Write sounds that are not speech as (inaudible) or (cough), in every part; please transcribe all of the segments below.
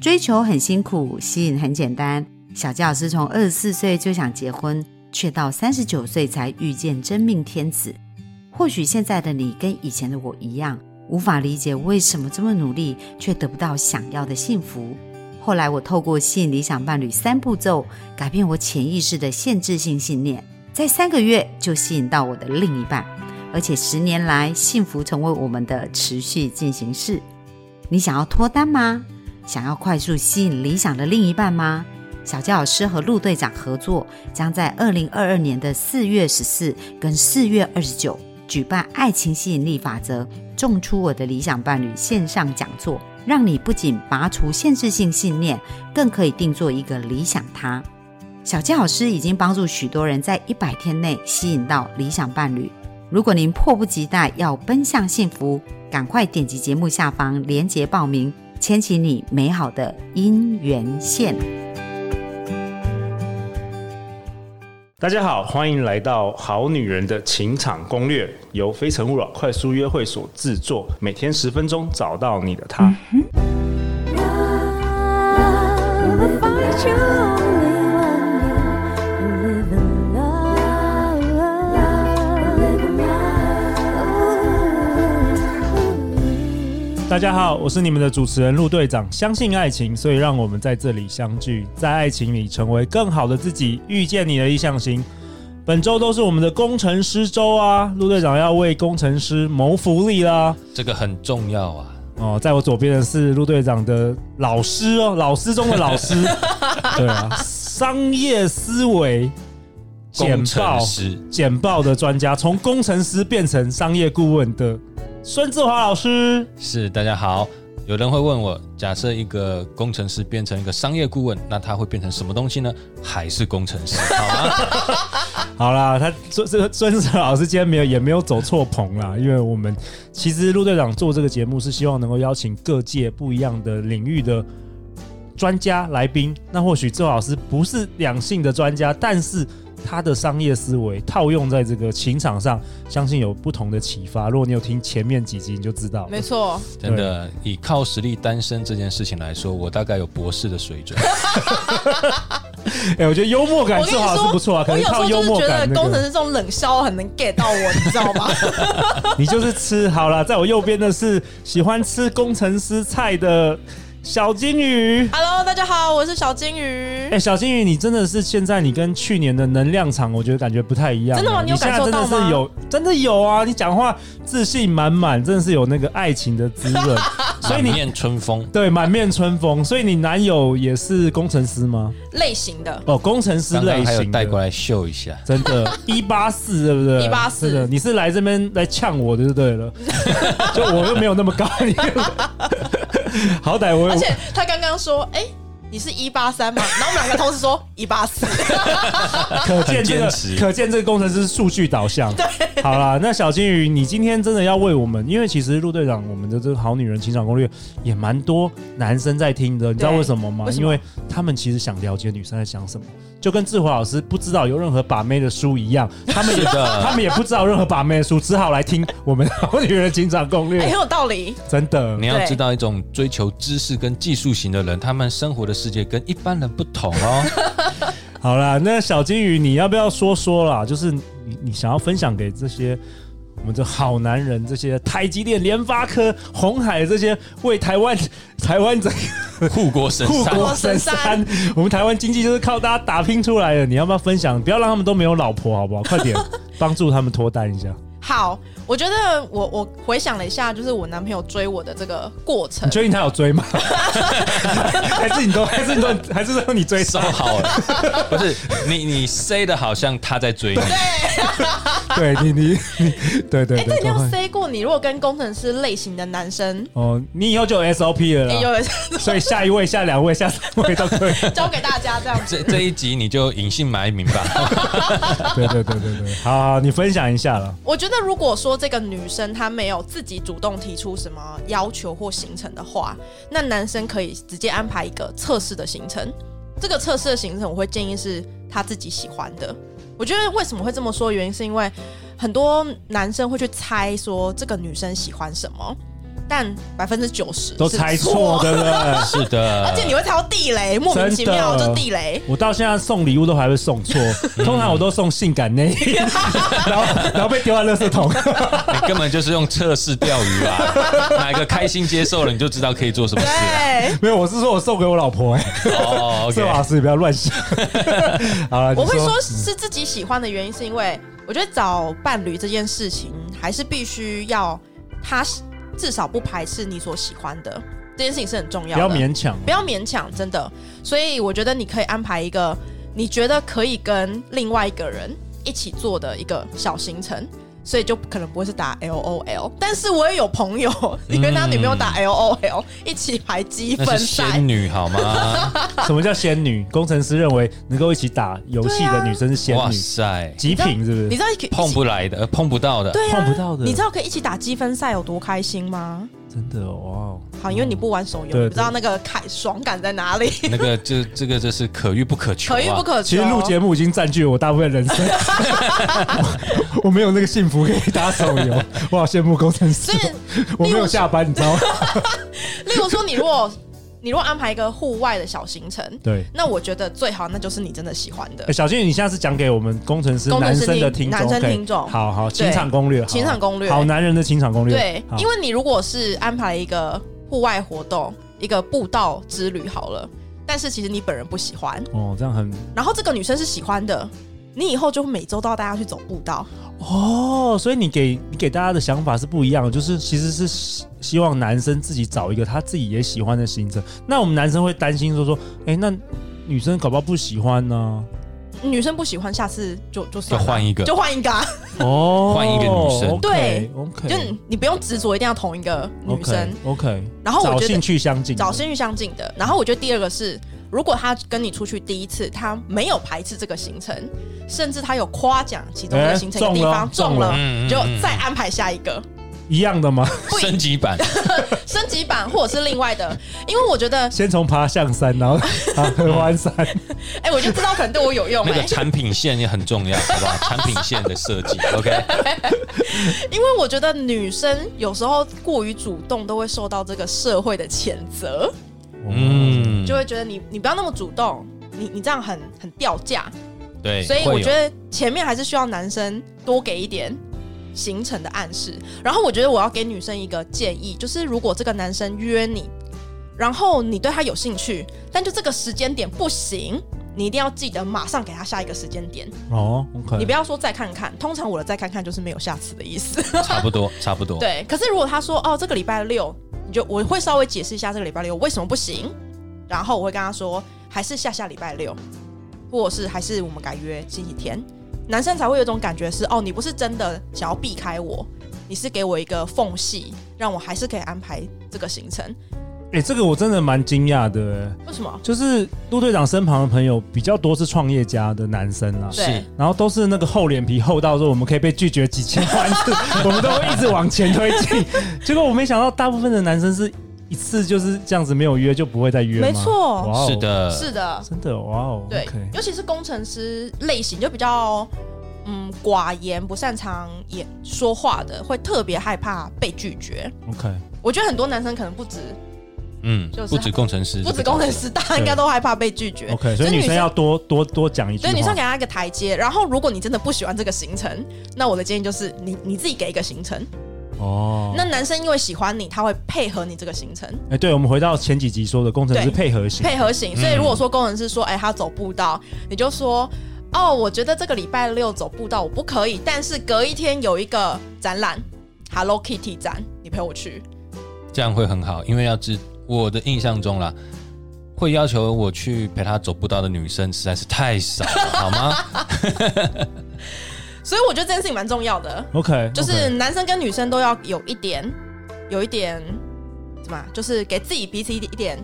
追求很辛苦，吸引很简单。小纪老师从二十四岁就想结婚，却到三十九岁才遇见真命天子。或许现在的你跟以前的我一样，无法理解为什么这么努力却得不到想要的幸福。后来我透过吸引理想伴侣三步骤，改变我潜意识的限制性信念，在三个月就吸引到我的另一半，而且十年来幸福成为我们的持续进行式。你想要脱单吗？想要快速吸引理想的另一半吗？小纪老师和陆队长合作，将在二零二二年的四月十四跟四月二十九举办“爱情吸引力法则：种出我的理想伴侣”线上讲座，让你不仅拔除限制性信念，更可以定做一个理想他。小纪老师已经帮助许多人在一百天内吸引到理想伴侣。如果您迫不及待要奔向幸福，赶快点击节目下方链接报名，牵起你美好的姻缘线。大家好，欢迎来到《好女人的情场攻略》，由非诚勿扰快速约会所制作，每天十分钟，找到你的他。 Love, if I truly want you, live in love, live in love. 大家好，我是你们的主持人陆队长。相信爱情，所以让我们在这里相聚，在爱情里成为更好的自己，遇见你的理想型。本周都是我们的工程师周啊，陆队长要为工程师谋福利啦。这个很重要啊。哦，在我左边的是陆队长的老师哦，老师中的老师，对啊，商业思维。简工报程师简报的专家，从工程师变成商业顾问的孙志华老师，是，大家好。有人会问我，假设一个工程师变成一个商业顾问，那他会变成什么东西呢？还是工程师？(laughs) 好吗？好啦，他孙孙孙子老师今天没有也没有走错棚啦，因为我们其实陆队长做这个节目是希望能够邀请各界不一样的领域的专家来宾。那或许周老师不是两性的专家，但是他的商业思维套用在这个情场上，相信有不同的启发。如果你有听前面几集，你就知道了。没错，真的，以靠实力单身这件事情来说，我大概有博士的水准。哎、我觉得幽默感我跟周你老说，师不错啊，可我能有时靠候就幽是默觉得感、那工个程师这种冷笑很能 get 到我，你知道 (laughs) 吗？你就是吃好了。在我右边的是喜欢吃工程师菜的小金鱼。 Hello，大家好，我是小金鱼。哎、小金鱼，你真的是现在你跟去年的能量场，我觉得感觉不太一样啊。真的吗你有现在感受真的到吗是有，真的有啊！你讲话自信满满，真的是有那个爱情的滋 (laughs) 润，所以满你面春风，对满面春风。所以你男友也是工程师吗？类型的，哦，工程师刚类刚还有型带过的。来秀一下。真 (laughs) 的，一八四对不对？ 184真的，你是来这边来呛我的就对 (laughs) 了，就我又没有那么高，你好歹我有而且他刚刚说，哎、你是一八三吗？ (laughs) 然后我们两个同时说一八四，可见这个很坚持，可见这个工程师是数据导向。对，好啦，那小金鱼，你今天真的要为我们，因为其实陆队长我们的这个好女人情场攻略也蛮多男生在听的，你知道为什么吗？为什么因为他们其实想了解女生在想什么，就跟志华老师不知道有任何把妹的书一 (laughs) 样，他们也 (laughs) 他们也不知道任何把妹的书，只好来听我们的好女人情场攻 (laughs) 哎、很略，有道理。真的。你要对知道，一种追求知识跟技术型的人，他们生活的世界跟一般人不同 (laughs) 哦。好啦，那小金鱼，你要不要说说啦？就是你你想要分享给这些我们的好男人，这些台积电、联发科、红海这些为台湾 (laughs) 台湾整护国神个护山，国神山，我们台湾经济就是靠大家打拼出来的。你要不要分享？不要让他们都没有老婆，好不好？快 (laughs) 点帮助他们脱单一下。好，我觉得我我回想了一下，就是我男朋友追我的这个过程你，确定他有追 (laughs) 吗？还是你都还是你都还是说你追收上？好了，不是你你 say 的好像他在追你，对你你你，对对对，哎、这一定赶要快 say 过你。如果跟工程师类型的男生，哦，你以后就有 SOP 了哎、啦。(laughs) 有所以下一位、下两位、下三位都可以。 (laughs) 交给大家这样这子。这一集你就隐姓埋名吧。 (laughs) 对对对对对，好好，你分享一下了。我觉得如果说这个女生她没有自己主动提出什么要求或行程的话，那男生可以直接安排一个测试的行程。这个测试的行程，我会建议是他自己喜欢的。我觉得为什么会这么说，原因是因为很多男生会去猜说这个女生喜欢什么。但百分之九十都哦猜错，对不对？是的，而且你会猜到地雷，莫名其妙真的就地雷。我到现在送礼物都还会送错，通常我都送性感内 (laughs) 衣，然后然后被丢在垃圾桶。你根本就是用测试钓鱼 (laughs) 啦，哪个开心接受了，你就知道可以做什么事了。(laughs) 对，没有，我是说我送给我老婆、哎，哦这瓦，OK，斯你不要乱 (laughs) 想。好了，我会你嗯说是自己喜欢的原因，是因为我觉得找伴侣这件事情还是必须要他至少不排斥你所喜欢的这件事情是很重不要的，要勉强。不要勉强，真的。所以我觉得你可以安排一个你觉得可以跟另外一个人一起做的一个小行程。所以就可能不会是打 L O L，但是我也有朋友， (laughs) 你跟他女朋友嗯打 L O L，一起排积那分是赛仙，女好 (laughs) 吗？什么叫仙女？工程师认为能够一起打游戏的女生是仙哇女，塞，极品是不你是？知道一起碰不来的，呃碰不到的。对啊，碰不到的你知道可以一起打积分赛有多开心吗？真的哦哇哦，好，因为你不玩手游，对你不知道那个开爽感在哪 (laughs) 里，那个就这个就是可遇不可求、啊，可遇不可求。其实录节目已经占据了我大部分人 (laughs) 生，我我没有那个幸福可以打手游，我好羡慕工 (laughs) 程师所以，我没有下班，你知道 (laughs) 吗？例如说，你如果你如果安排一个户外的小行程，对。那我觉得最好那就是你真的喜欢的哎，小俊，你下次讲给我们工程师工程男师生的听听众，男生 OK 听众好好情对场攻略，好情场攻略。好男人的情场攻略，对，好因为你如果是安排一个户外活动，一个步道之旅好了，但是其实你本人不喜欢，哦，这样很然后这个女生是喜欢的，你以后就会每周都要带她去走步道。哦，所以你给你给大家的想法是不一样的，就是其实是希希望男生自己找一个他自己也喜欢的行程。那我们男生会担心说说，哎、那女生搞不好不喜欢呢、女生不喜欢，下次就就算了就换一个就换一个啊！哦，换一个女生对，OK，就你你不用执着一定要同一个女生。 ，OK，, o k 然后找我觉兴得趣相近，嗯找兴趣相近的。然后我觉得第二个是，如果他跟你出去第一次，他没有排斥这个行程，甚至他有夸奖其中的哎行程一个中地了方中中了了，嗯就再安排下一个一样的吗？ (laughs) 不升级版，升级版或者是另外的。因为我觉得，先从爬象山，然后 (laughs) 爬合欢山，哎，我就知道可能对我有用那个哎，产品线也很重要，好不 (laughs) 好？产品线的设计，OK，因为我觉得女生有时候过于主动都会受到这个社会的谴责，嗯，嗯，就会觉得你你不要那么主动，你你这样很很掉价。对，所以我哎会有觉得前面还是需要男生多给一点行程的暗示。然后我觉得我要给女生一个建议，就是如果这个男生约你，然后你对他有兴趣，但就这个时间点不行，你一定要记得马上给他下一个时间点。哦你，OK，不要说再看看，通常我的再看看就是没有下次的意思。差不多，差不多，对，可是如果他说哦这个礼拜六，你就我会稍微解释一下这个礼拜六为什么不行，然后我会跟他说还是下下礼拜六，或者是还是我们改约星期天，男生才会有一种感觉是哦你不是真的想要避开我，你是给我一个缝隙，让我还是可以安排这个行程。哎、这个我真的蛮惊讶的、哎为什么？就是陆队长身旁的朋友比较多是创业家的男生啦，对，然后都是那个厚脸皮厚到说我们可以被拒绝几千万 (laughs) 次，我们都会一直往前推进。结果我没想到大部分的男生是一次就是这样子没有约就不会再约吗，没错哇哦是，的，是的，真的哇哦，对 OK 尤其是工程师类型就比较。嗯，寡言不擅长言说话的，会特别害怕被拒绝。 OK，我觉得很多男生可能不止嗯就，是不止工程师，不止工程，师，大家应该都害怕被拒绝。 OK，所以女生要多多多讲一句对女生给话。她一个台阶。然后，如果你真的不喜欢这个行程，那我的建议就是你你自己给一个行程。哦，那男生因为喜欢你，他会配合你这个行程，哎，对，我们回到前几集说的工程师对配合型，配合型。所以，如嗯果说工程师说，哎、他走步道，你就说。哦，我觉得这个礼拜六走步道我不可以，但是隔一天有一个展览，Hello Kitty 展，你陪我去。这样会很好，因为要知我的印象中啦，会要求我去陪她走步道的女生实在是太少了，好吗？ (laughs) 所以我觉得这件事情蛮重要的。 OK，就是男生跟女生都要有一点，有一点怎么啊，就是给自己彼此一点一点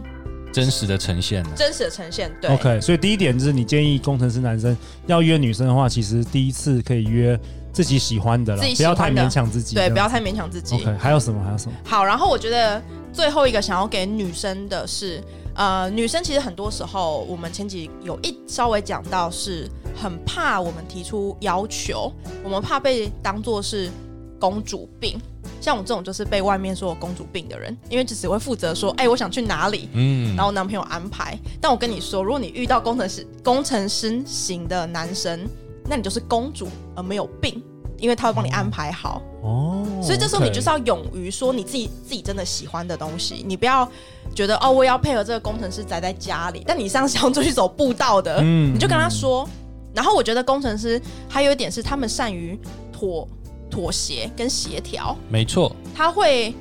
真实的呈现呢，真实的呈现。对 OK，所以第一点就是你建议工程师男生要约女生的话，其实第一次可以约自己喜欢的了自己，不喜欢要的太勉强自己。对，不要太太勉强自己。 OK。还有什么？还有什么？好，然后我觉得最后一个想要给女生的是，呃，女生其实很多时候，我们前几有一稍微讲到，是很怕我们提出要求，我们怕被当做是公主病。像我这种就是被外面说我公主病的人，因为只只会负责说，哎、我想去哪里，嗯然后男朋友安排。但我跟你说，如果你遇到工程师、工程师型的男生，那你就是公主，而没有病，因为他会帮你安排好。哦，所以这时候你 OK 就是要勇于说你自己自己真的喜欢的东西，你不要觉得哦，我也要配合这个工程师宅在家里，但你上次要出去走步道的，嗯你就跟他说。然后我觉得工程师还有一点是他们善于妥妥协跟协调，没错，他会。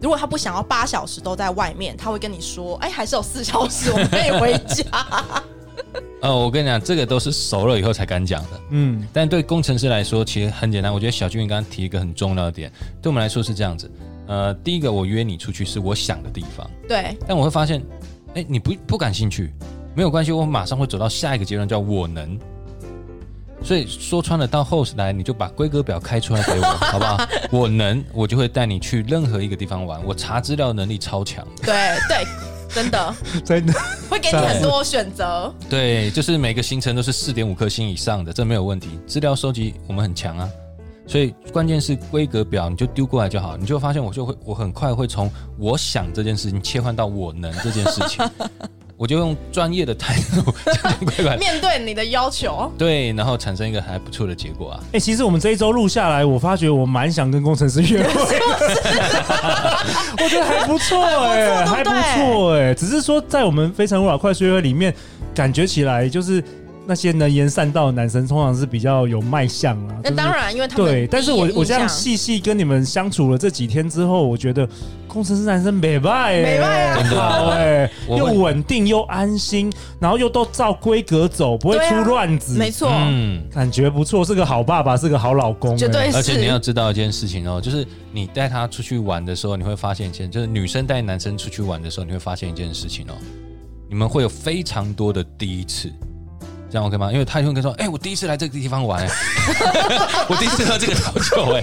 如果他不想要八小时都在外面，他会跟你说：“哎、还是有四小时，我们可以回家。呃，我跟你讲，这个都是熟了以后才敢讲的。 (laughs) 嗯但对工程师来说，其实很简单。我觉得小俊刚刚提一个很重要的点，对我们来说是这样子。呃，第一个，我约你出去是我想的地方，”对，但我会发现，哎，你不不感兴趣，没有关系，我马上会走到下一个阶段，叫我能。所以说穿了，到后来你就把规格表开出来给我，好不好？我能，我就会带你去任何一个地方玩。我查资料能力超强，对，对，真的真的会给你很多选择。对，就是每个行程都是四点五颗星以上的，这没有问题。资料收集我们很强啊，所以关键是规格表，你就丢过来就好，你就会发现我就会我很快会从我想这件事情切换到我能这件事情，我就用专业的态度 (laughs) 这规管，面对你的要求，对，然后产生一个还不错的结果啊。哎、其实我们这一周录下来，我发觉我蛮想跟工程师约会 (laughs) (laughs) 的，我觉得还不错哎、还还不错对不不对错哎、只是说在我们《非诚勿扰》快速约会里面，感觉起来就是那些能言善道的男生，通常是比较有卖相啊。那就是当然，因为他们对，但是我第一眼我这样印象细细跟你们相处了这几天之后，我觉得工程师男生美败、欸，美败啊真的好哎、我又问稳定又安心，然后又都照规格走，不会对啊出乱子，没错，嗯，感觉不错，是个好爸爸，是个好老公、欸，绝 (laughs) 对是。而且你要知道一件事情哦，就是你带他出去玩的时候，你会发现一件，就是女生带男生出去玩的时候，你会发现一件事情哦，你们会有非常多的第一次，这样 OK 吗？因为他就会跟说，哎、我第一次来这个地方玩、哎 (laughs) 我第一次喝这个调酒、哎，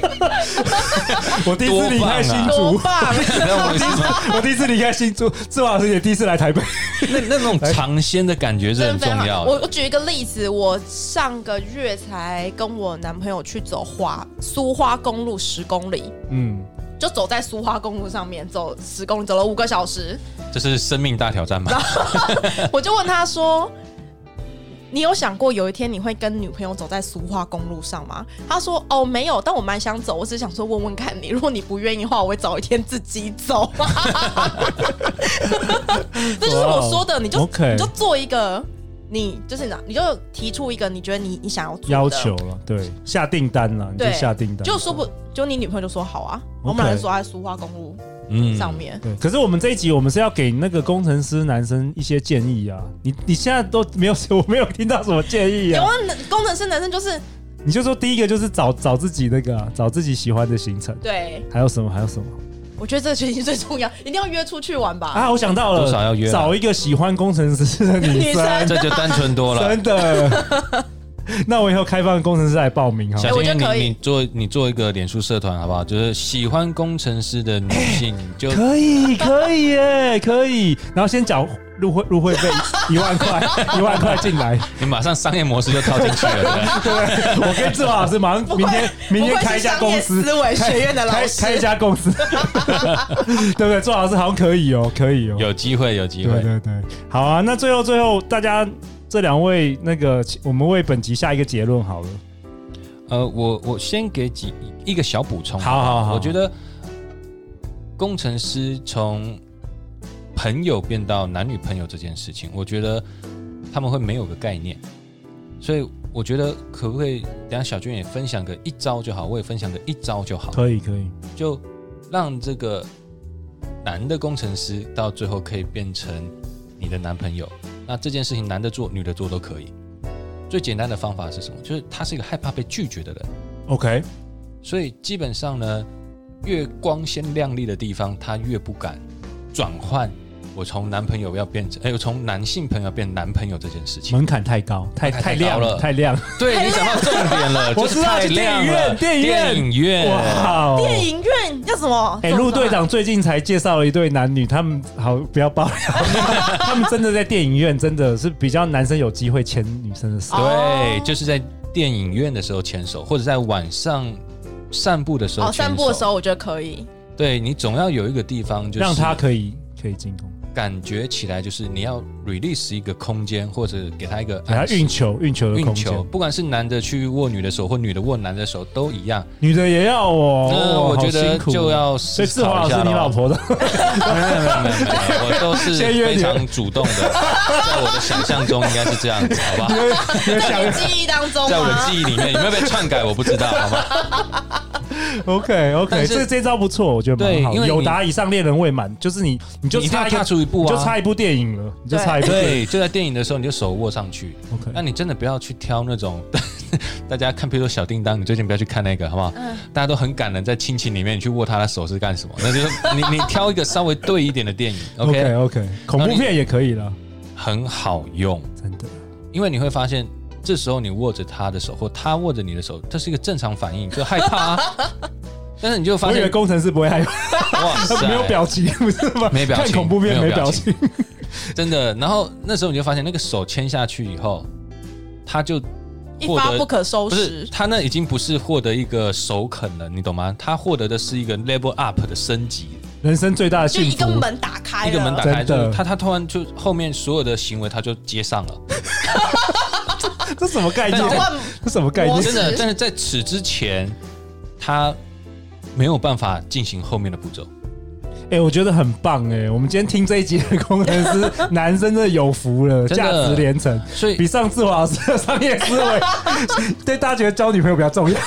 我第一次离开新多竹，棒！啊你知道我的意思吗？我第一次离开新竹，志华老师也第一次来台北。 (laughs) 那那种尝鲜的感觉是很真重非常要我的。我举一个例子，我上个月才跟我男朋友去走花苏花公路十公里，嗯，就走在苏花公路上面走十公里，走了五个小时。这是生命大挑战 (laughs) 嘛？我就问他说：“你有想过有一天你会跟女朋友走在苏花公路上吗？”他说：“哦，没有，但我蛮想走，我只是想说问问看你，如 (laughs) 果你不愿意的话，我会找一天自己走。” (laughs) 这就是我说的，你就哦 OK 你就做一个。你就是你知道，你就提出一个你觉得你你想要做的要求，了，对，下订单了，你就对下订单，就说不就你女朋友就说好啊，我们 OK 俩就走在苏花公路嗯上面，对。可是我们这一集，我们是要给那个工程师男生一些建议啊。你你现在都没有， (laughs) 我没有听到什么建议有啊啊。，男工程师男生就是你就说第一个就是找找自己那个啊、找自己喜欢的行程，对，还有什么？还有什么我觉得这个决定最重要，一定要约出去玩吧。啊？我想到了，多少要约啊找一个喜欢工程师的女 (laughs) 女生，生这就单纯多 (laughs) 了。真的。 (laughs) 那我以后开放工程师来报名好小了。哎我觉金，得可以你你做你做一个脸书社团好不好？就是喜欢工程师的女性， (laughs) 你就可以，可以耶，可以。然后先缴入会入会费一万块，一万块进来。你马上商业模式就套进去 (laughs) 了，对不对？对，我跟志华老师马上明天明天开一家公司不愧是商业，思维学院的老开师开一家公司，对不对？志华老师好像可以哦，可以哦。有机会，有机对会。对对，好啊。那最后最后，大家这两位那个，我们为本集下一个结论好了。呃，我我先给几一个小补充。好好好我觉得工程师从朋友变到男女朋友这件事情，我觉得他们会没有个概念，所以我觉得可不可以等一下小娟也分享个一招就好，我也分享个一招就好，可以可以，就让这个男的工程师到最后可以变成你的男朋友。那这件事情男的做、女的做都可以。最简单的方法是什么？就是他是一个害怕被拒绝的人， OK，所以基本上呢，越光鲜亮丽的地方，他越不敢转换。我从男朋友要变成，哎、我从男性朋友变男朋友这件事情，门槛太高，太太太亮高了太亮。对你讲到重点了，我就是知道太去电亮影了，院电影院电影院，哇哦，电影院要什么？哎、这种陆队长最近才介绍了一对男女，他们好不要爆 (laughs) 料，他们真的在电影院真的是比较男生有机会牵女生的手。对，哦就是在电影院的时候牵手，或者在晚上散步的时候哦，牵手，散步的时候我觉得可以，对你总要有一个地方，就是让他可以可以进攻，感觉起来，就是你要 release 一个空间，或者给他一个给他暗示运球运球的空哎运间球，，不管是男的去握女的手，或女的握男的手，都一样。女的也要哦，那哇嗯我觉好得辛苦就要所思以志华老考一下师，你咯老婆的 (laughs) 没有没有没有没有，没有我都是 (laughs) 先约非你常主动的，在我的想象中应该是这样子，好不 (laughs) 好？在你记忆当中啊在我的吗？记忆里面有没有被篡改，我不知道，好吗？ OK OK，但是这这招不错，我觉得蛮好对因的。为你有达以上恋人未满，就是你你就你一定差要一个踏出一步你啊！就差一部电影了，你就对 (laughs) 差一部电影。对，就在电影的时候，你就手握上去。 OK，那你真的不要去挑那种， (laughs) 大家看，比如说小叮当，你最近不要去看那个，好不好？大家都很感人，在亲情里面，你去握他的手是干什么？那就是你你 (laughs) 挑一个稍微对一点 (laughs) 的电影 OK ，OK， OK，恐怖片也可以了，很好用，真的。因为你会发现。这时候你握着他的手，或他握着你的手，这是一个正常反应，就害怕啊。但是你就发我以为现，工程师不会害哇怕，(laughs) 塞，没有表情，不是吗？没表情看恐怖片没没有表表情情，真的。然后那时候你就发现，那个手牵下去以后，他就一获发得不可收不是拾，他那已经不是获得一个首肯了，你懂吗？他获得的是一个 level up 的升级，人生最大的就幸一个福。门打开了，一个门打开，真就的是他他突然就后面所有的行为他就接上了， (laughs) 这什么概但念转是？换 (laughs) 这什么概啊我念是？真的。但是在此之前，他没有办法进行后面的步骤。哎，我觉得很棒哎！我们今天听这一集的工程师男生真的有福了，真的价值连城，所以比上志华老师的商业思 (laughs) 维，对大家觉得交女朋友比较重要。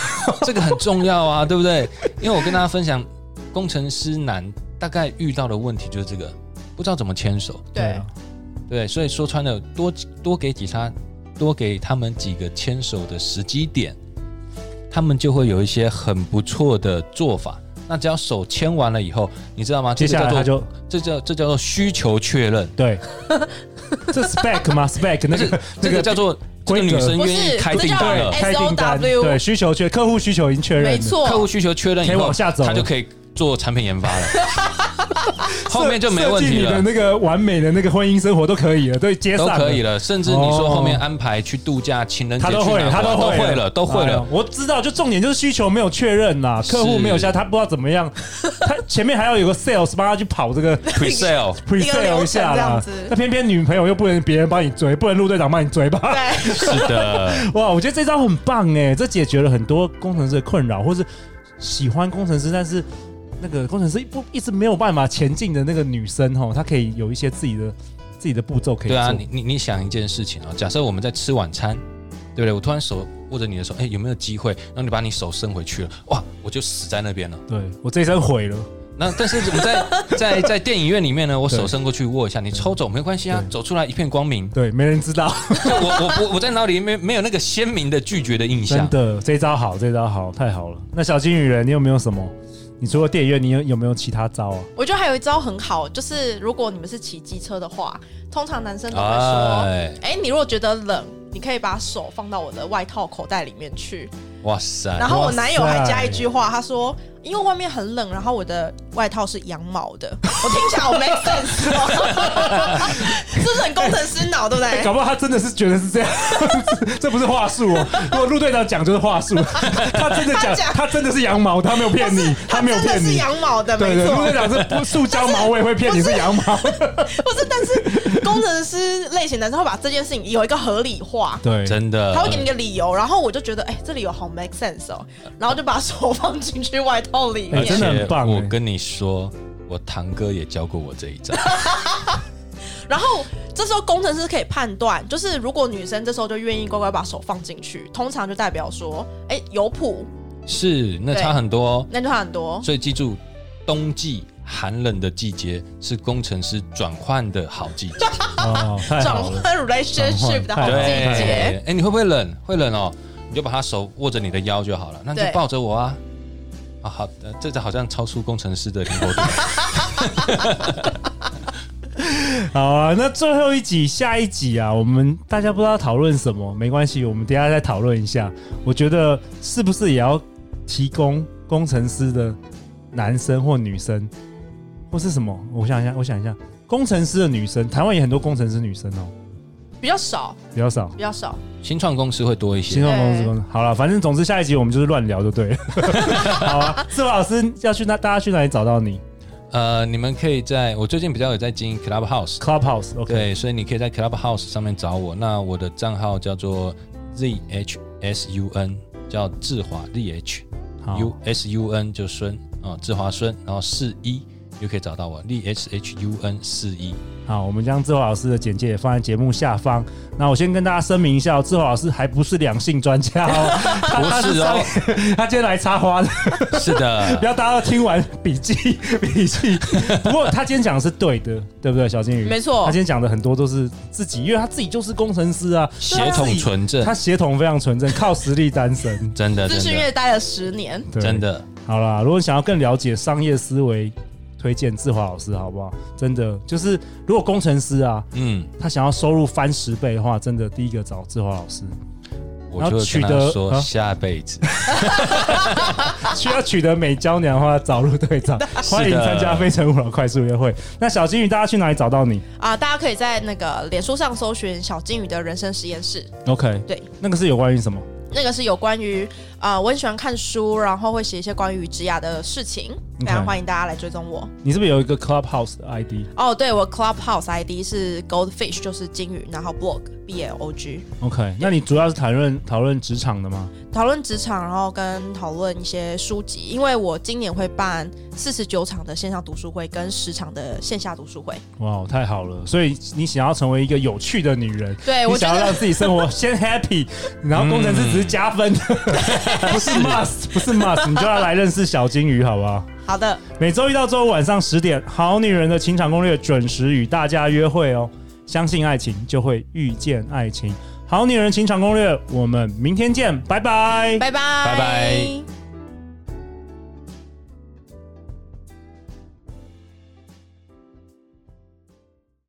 这个很重要啊， (laughs) 对不对？因为我跟大家分享，工程师男大概遇到的问题就是这个，不知道怎么牵手。对，对，所以说穿了多多给几他多给他们几个牵手的时机点，他们就会有一些很不错的做法。那只要手牵完了以后，你知道吗？接下来这他个叫做就这叫这叫做需求确认， (laughs) 对，这 spec 吗？spec 那不是个这那个个叫做这个规格女生不愿意是开这订叫单了，开订单， SOW 对需求确客户需求已经确认了，没错，啊客户需求确认以可以后，往下走他就可以做产品研发了， (laughs) 后面就没设问计题你的了。那个完美的那个婚姻生活都可以了，都接都上可以了。了，甚至你说哦后面安排去度假、情人节他去都会，哪他玩会会了，都会哎了呦。我知道，就重点就是需求没有确认啦，是客户没有下，他不知道怎么 (laughs) 样，他前面还要有个 sales 帮他去跑这个 pre sale， pre 一个 sale 流程一下这样啦子。那偏偏女朋友又不能别人帮你追，不能陆队长帮你追 (laughs) 吧？对，是的，哇，我觉得这招很棒哎，这解决了很多工程师的困扰，或是喜欢工程师但是那个工程师不一直没有办法前进的那个女生哦，她可以有一些自己的自己的步骤可以 (laughs) 对做。啊，你你你想一件事情哦，假设我们在吃晚餐，对不对？我突然手握着你的手，哎，有没有机会？然后你把你手伸回去了，哇，我就死在那边了。对我这一生毁了，那但是我在 (laughs) 在在电影院里面呢，我手对伸过去握一下，你抽走没关系啊，对走出来一片光明。对，没人知道，就我我我我在脑里面没有那个鲜明的拒绝的印象真。的，这招好，这招好，太好了。那小金鱼人，你有没有什么？你除了电影院，你有有没有其他招啊？我觉得还有一招很好，就是如果你们是骑机车的话，通常男生都会说，哎，哎，你如果觉得冷，你可以把手放到我的外套口袋里面去。哇塞！然后我哇男友还加塞一句话，他说：“因为外面很冷，然后我的外套是羊毛的。”我听起来好没 sense 哦，是不是很工程师脑，对不哎、对？搞不好他真的是觉得是这样， (laughs) 这不是话术哦。如果陆队长讲就是话 (laughs) 术，他真的他讲，讲他真的是羊毛，他没有骗你，他没有真的骗是你。羊毛的，对对，没陆错队。长是不塑胶毛，我也会骗你是羊毛。不是，但是工程师类型男生会把这件事情有一个合理化。对真的，他会给你一个理由，然后我就觉得，哎、这理由好 make sense 哦，然后就把手放进去外套里面。哎真的很棒而且我哎跟你说，我堂哥也教过我这一招。 (laughs) 然后这时候工程师可以判断，就是如果女生这时候就愿意乖乖把手放进去，通常就代表说，哎、有谱，是，那对差很多哦。那就差很多。所以记住，冬季寒冷的季节是工程师转换的好季节。 (laughs) 哦，太转好了。换 relationship 的好季 (laughs) 节，哎、你会不会冷？会冷哦，你就把他手握着你的腰就好了，那你对就抱着我啊。啊，好，呃这个好像超出工程师的灵活 (laughs) 度。好啊，那最后一集、下一集啊，我们大家不知道讨论什么，没关系，我们等一下再讨论一下。我觉得是不是也要提供工程师的男生或女生，或是什么？我想一下，我想一下，工程师的女生，台湾也很多工程师女生哦。比较少，比较少。比较少。新创公司会多一新些。创公司对公司好了，反正总之下一集我们就是乱聊就对了。 (laughs) 好啊，志华老师要去那大家去哪里找到你呃，你们可以在我最近比较有在经营 Clubhouse， ？Clubhouse OK 对，所以你可以在 Clubhouse 上面找我。那我的账号叫做 zhsun，叫志华 zh 好 u s u n 就孙啊、哦，志华孙，然后四一就可以找到我 zhsun 四一。好，我们将志华老师的简介也放在节目下方。那我先跟大家声明一下哦，志华老师还不是两性专家哦，他 (laughs) 不是哦， (laughs) 他今天来插花的， (laughs) 是不的，要大家都听完笔记笔记。不过他今天讲的是对的， (laughs) 对不对，小金鱼？没错他今天讲的很多都是自己，因为他自己就是工程师啊，血统纯正他，血统非常纯正，靠实力单身。真的，资真讯的，业待了十年，对真的，好啦，如果想要更了解商业思维，推荐志华老师好不好？真的，就是如果工程师啊，嗯，他想要收入翻十倍的话，真的第一个找志华老 (laughs) 师，我然后就取跟他得说啊下辈子。需要取得美娇娘的话，找陆队 (laughs) 长。欢迎参加《非诚勿扰》快速约会。那小金鱼，大家去哪里找到你啊、大家可以在那个脸书上搜寻小金鱼的人生实验室， ？OK，对，那个是有关于什么？那个是有关于啊、呃我很喜欢看书，然后会写一些关于职涯的事情，非常 OK 欢迎大家来追踪我。你是不是有一个 Clubhouse 的 ID？OK，、哦，对，我 Clubhouse ID 是 Goldfish，就是金鱼，然后 blog B L O G，那你主要是谈论讨论职场的吗？讨论职场，然后跟讨论一些书籍，因为我今年会办四十九场的线上读书会跟十场的线下读书会。哇，太好了！所以你想要成为一个有趣的女人，对你哎我想觉要让得自己生活 (laughs) 先 happy，然后工程师只是加分，嗯 (laughs) 不是 must，不是 must，你就要来认识小金鱼，好不好？好的，每周一到周五晚上十点，《好女人的情场攻略》准时与大家约会哦。相信爱情，就会遇见爱情。《好女人情场攻略》，我们明天见，拜拜。拜拜，拜拜。